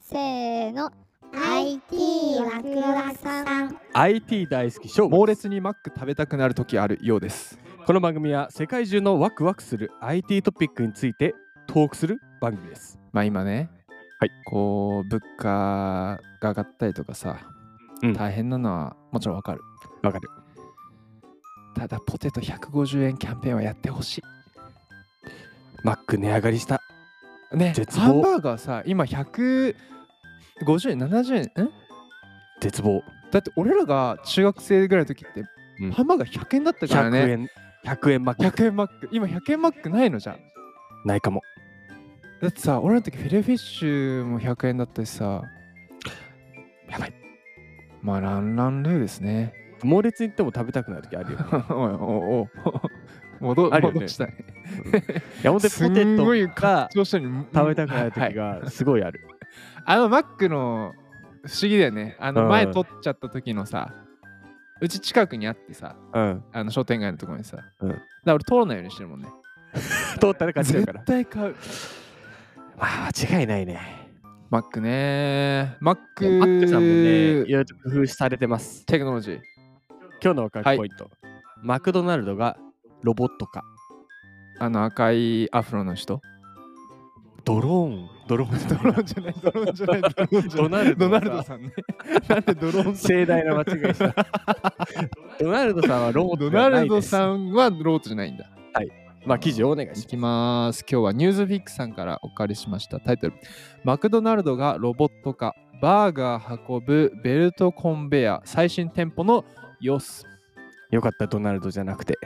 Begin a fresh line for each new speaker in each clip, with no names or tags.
せーの IT ワクワクさん
IT 大好きショー
猛烈にマック食べたくなる時あるようです
この番組は世界中のワクワクする IT トピックについてトークする番組です。
まあ今ね、
はい、
こう物価が上がったりとかさ、
うん
大変なのはもちろんわかる
わかる。
ただポテト150円キャンペーンはやってほし
マック値上がりした。
いね
絶望
ハンバーガーさ今150円70円ん
絶望。
だって俺らが中学生ぐらいの時って、
うん
ハンバーガー100円だったから
100
ね
円。100円マック。
100円マック今100円マックないのじゃん
ないかも。
だってさ俺らの時フィレフィッシュも100円だったしさ
やばい。
まあランランルーですね
猛烈に言っても食べたくなる時あるよ。
おいおおお戻
あるよね
戻したね。
山手
す
ポ
ん
テ
ごい
トが
どうしても
食べたくなる時
はい
がすごいある。
あのマックの不思議だよね。あ
う
の
ん
前取っちゃった時のさ、うち近くにあってさ、
うん。
あの商店街のところにさ、
うん
だから俺通らないようにしてるもんね。
通ったら買っちゃう
絶
から。
対買う。
まあ間違いないね。
マックねマッ
マ
ク
ックさんもね、いろいろと工夫されてます。
テクノロジー。
今日のワクワクポイント。マクドナルドがロボット化。
あの赤いアフロの人。
ドローン。ドローン。
ドローンじゃない、ドローンじゃない、ドローンじゃな
ド
い。
ナルド
ドナルドさんね。なんでドローンさん
盛大な間違いした。ドナルドさんはロボット
ド
では
ナ
ない
ル
で
ド
す。
さんはロボットじゃないんだ。
まあ記事をお願いしま
い
す。
きます。今日はニュースフィックさんからお借りしましたタイトル。マクドナルドがロボット化、バーガー運ぶベルトコンベヤー、最新店舗の様子。
よかった、ドナルドじゃなくて。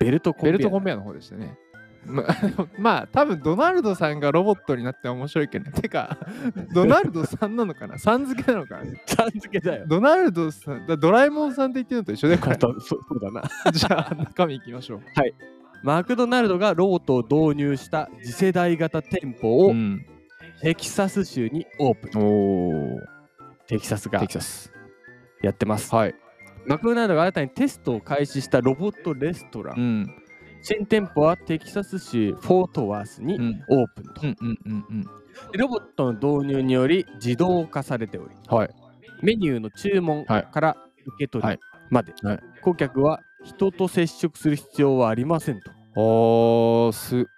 ベルトコン
ベ
ベ
ルトコンベヤーの方でしたね。ま まあ多分ドナルドさんがロボットになって面白いけど、てかドナルドさんなのかなさん付けなのかな
さん付けだよ。
ドナルドさん、だドラえもんさんって言ってるのと一緒だか
あ
ら。
とそそうだな。
じゃあ中身いきましょう。
マクドナルドがロボットを導入した次世代型店舗を
ん、
テキサス州にオープン。
おー
テキサスが
テキサス。
やってます。
はい。
マクドナルドが新たにテストを開始したロボットレストラン。
ん。
新店舗はテキサス州フォートワースに
ん。
オープンと。
うんうんうんうん。
ロボットの導入により自動化されており、
はい。
メニューの注文
はい
から受け取
は
り
い
まで、
はい
顧客は人と接触する必要はありませんと。
あーす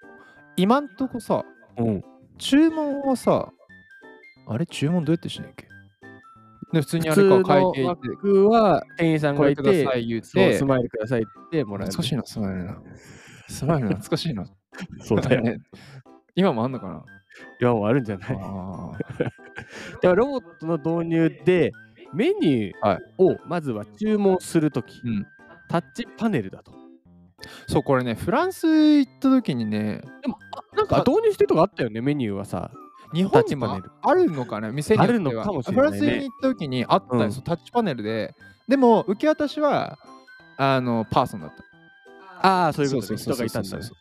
今んとこさ
うん、
注文はさあれ注文どうやってしないっけで普通に
普
あ
通
れ
の
か書いていっ
マックは店員さ
て
ん
こ
が
れ
い
くだ
て
さ、い言っ
そう
て
スマイルくださいって言ってもらえる。
懐かしいなスマイルなスマイル懐かしいな
そうだよ。
ね 今もあんのかな
今もあるんじゃない
あ
ではロボットの導入でメニュ
は
ーをまずは注文するとき、
うん
タッチパネルだと。
ーそうこれねフランス行った時にね
なんか導入してるとかあったよね、メニューはさ。
日本にも、ね
タッチ、
あるのかな店によっては
あるのかもしれないね
フランスに行った時にあったんです
う
よタッチパネルででも受け渡しはあのパーソンだった
ああ、そういうこと
そう
ね
そ
人
うそ
が
う
い
そ
た
うん
だね。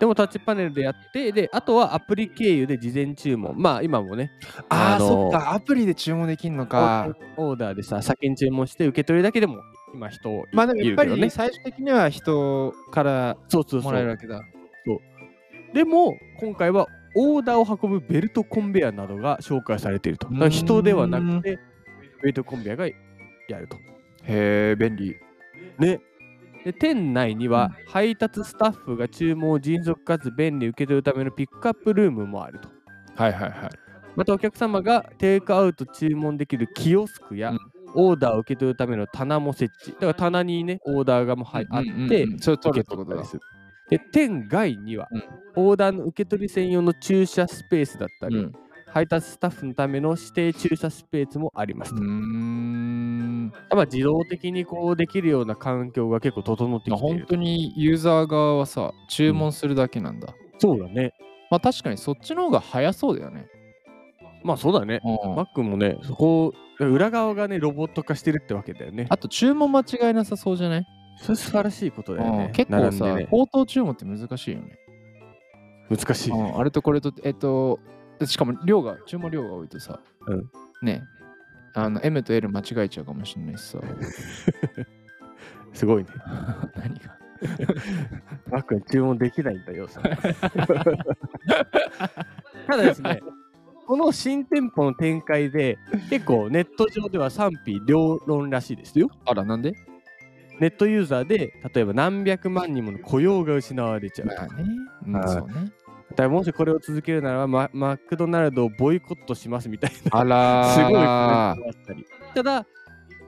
でもタッチパネルでやって、で、あとはアプリ経由で事前注文。まあ今もね、
あ
あ
あ
の
そっかアプリで注文できるのか
オーダーでさ、先に注文して受け取るだけでも今人を
まあでも
い
やっ
る
ぱ
けど
り
ね。
最終的には人から
そうそうそ
もらえる
う。
わけだ。
でも今回はオーダーを運ぶベルトコンベヤーなどが紹介されていると。だから人ではなくて、ベルトコンベヤーがやると。
へえ、便利。
ね。で店内には配達スタッフが注文を迅速かつ便利に受け取るためのピックアップルームもあると。
はいはいはい。
またお客様がテイクアウト注文できるキオスクや、
うん
オーダーを受け取るための棚も設置だから棚にねオーダーがもう入あって、
それ
受
取るっ
け
て
取
こ
っ
と
た
だ
り。するで店外には、
うん
オーダーの受け取り専用の駐車スペースだったり、
うん
配達スタッフのための指定駐車スペースもあります
う
と、
ーん。
まあ、自動的にこうできるような環境が結構整って
まあ
きてい
本
る
当にユーザー側はさ、注文するだけなんだ。
そうだね
まあ確かにそっちの方が早そうだよね。
まあそうだね
うん
マックもねそこ裏側がねロボット化してるってわけだよね
あと注文間違いなさそうじゃない、
それ素晴らしいことだよ
う
ね
ん結構
並んで
さ、
ね
口頭注文って難しいよね。
難しい
うんあれとこれと、えっと、しかも量が、注文量が多いとさ、
うん
ね、あの M と L 間違えちゃうかもしれないし さ。
すごいね
何が
マックに注文できないんだよ。それただですね、この新店舗の展開で結構ネット上では賛否両論らしいですよ。
あら、なんで
ネットユーザーで例えば何百万人もの雇用が失われちゃうと
ま
か
あね。うん
はい
そうね。
だからもしこれを続けるならばママクドナルドをボイコットしますみたいな
あらー。
すごいコメントがあったりただ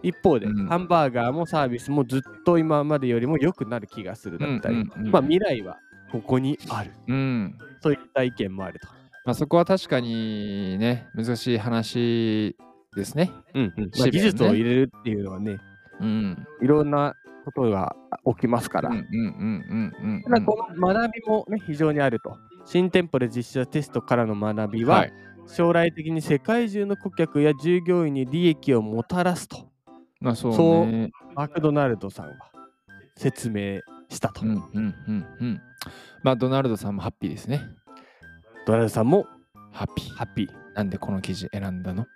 一方で、
うん
ハンバーガーもサービスもずっと今までよりも良くなる気がするだったり、
うんうんうん
まあ未来はここにある
うん。
といった意見もあると。
まあ、そこは確かにね、難しい話ですね。
うんうんま
シビア
あ、
ね
技術を入れるっていうのはね
うん。
いろんなことが起きますか
うん
ら、
うんうんうんうん。
ただこの学びも、ね、非常にあると新店舗で実施したテストからの学びは、
はい
将来的に世界中の顧客や従業員に利益をもたらすと
まあそう
そう
ね。
マクドナルドさんは説明したと、
うんうんうんうん。まあドナルドさんもハッピーですね。
ドナルドさんも
ハッピー。
ハッピー
なんでこの記事選んだの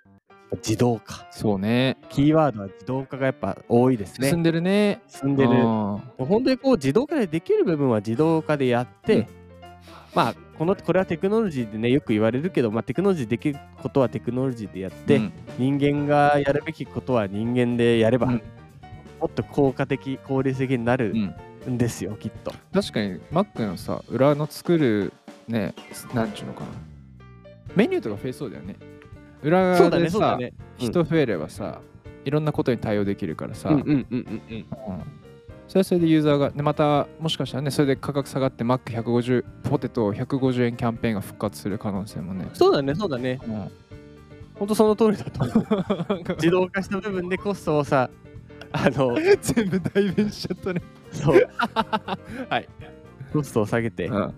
自動化
そうね。
キーワードは自動化がやっぱ多いです
進
ね
んでるね。
進んでる
あ
本当にこう自動化でできる部分は自動化でやって、
うん
まあこのこれはテクノロジーでねよく言われるけど、まあ、テクノロジーできることはテクノロジーでやっ
ー
て、
うん
人間がやるべきことは人間でやれば、
うん
もっと効果的効率的になる
うん
んですよ、きっと
確かにマックのさ、裏の作るね、なんちゅうのかな。メニューとか増えそうだよね。裏
そう
側
だ
で
ねそうだ
さ、
ねうん
人増えればさ、いろんなことに対応できるからさ、
うんうんうんうん
うんそれはそれでユーザーが、でまたもしかしたらね、それで価格下がって Mac150、ポテト150円キャンペーンが復活する可能性もね。
そうだねそうだね
うん
本当その通りだと思う自動化した部分でコストをさあの
全部代弁しちゃったね。
そう
はい
コストを下げて、
うん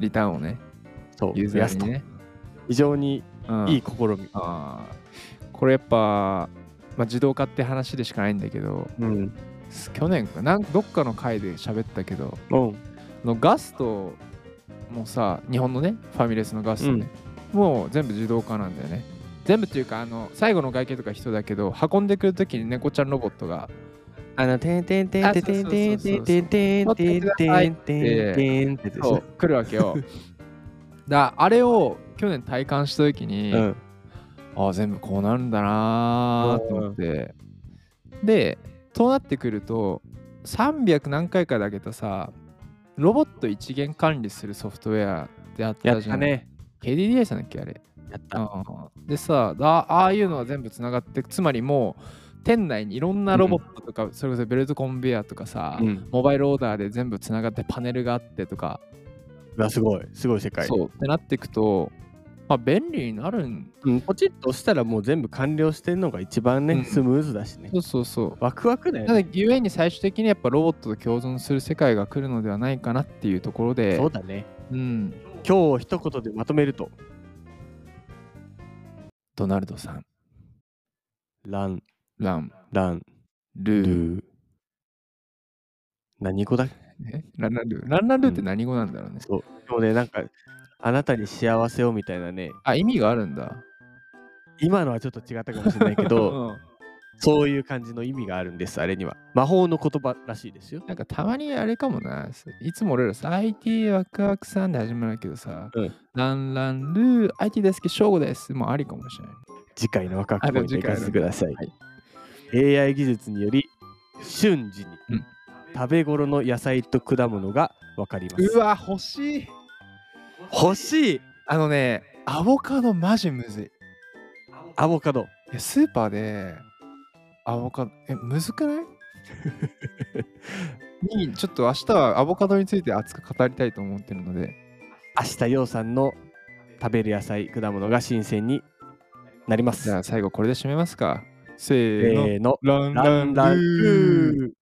リターンをね、
そう
ユー
増
ザ
やす
ー
と
にね。
非常に
うん
いい試み、
あーこれやっぱ、まあ、自動化って話でしかないんだけど、
うん
す去年かなんどっかの回で喋ったけど、
うん、
あのガストもさ、日本のね、ファミレスのガストね、もう全部自動化なんだよね。全部っていうか、あの最後の外見とか人だけど、運んでくるときに猫ちゃんロボットが、
あの、てんてんてんてんてんてんてんてんてんてんてんてんてんてんって
そう来るわ けよ。だあれを去年体感したときに、
うん。
ああ全部こうなるんだなーと思って、でとなってくると300何回かだけどさロボット一元管理するソフトウェアってあっ
や
た
っ
じゃ
た
ん、
ね。
KDDI さんだっけあれ
やった。
うんでさあああいうのは全部つながってつまりもう店内にいろんなロボットとか、それこそベルトコンベヤーとかさ、
うん。
モバイルオーダーで全部つながってパネルがあってとか、
わ、すごい。すごい世界。
そうってなっていくと、まあ、便利になるん
うん。ポチッと押したらもう全部完了してるのが一番
うん
ね、スムーズだしね。
そうそうそう
ワクワクだよ
ただ、
ね。
ゆえに最終的にやっぱロボットと共存する世界が来るのではないかなっていうところで、
そうだね。
うん、
今日を一言でまとめると、
ドナルドさん、
ラン、
ラン、
ラン、
ル
ル
ー、
ー。何語だっけ
えランランルー。ランランルーって何語なんだろうね。
そう。でもね、なんか、あなたに幸せをみたいなね、
あ、意味があるんだ。
今のはちょっと違ったかもしれないけど、
うん
そういう感じの意味があるんです、あれには。魔法の言葉らしいですよ。
なんかたまにあれかもな。いつも俺らさ、IT ワクワクさんで始まるけどさ、
うん
ランランルー、IT ですけど、正午です。もうありかもしれない。
次回のワクワクポイント行
あじゃあ
かせてください
はい。
AI 技術により瞬時に
うん
食べ頃の野菜と果物が分かります。
うわ、欲しい。
欲しい
あのね、アボカドマジむずい。
アボカド。
いやスーパーでアボカドえむずくない にちょっと明日はアボカドについて熱く語りたいと思ってるので
明日洋さんの食べる野菜、果物が新鮮になりま
じ
す
ゃ。あ最後これで締めますかせーの、
せーの。
ラン
ランランルー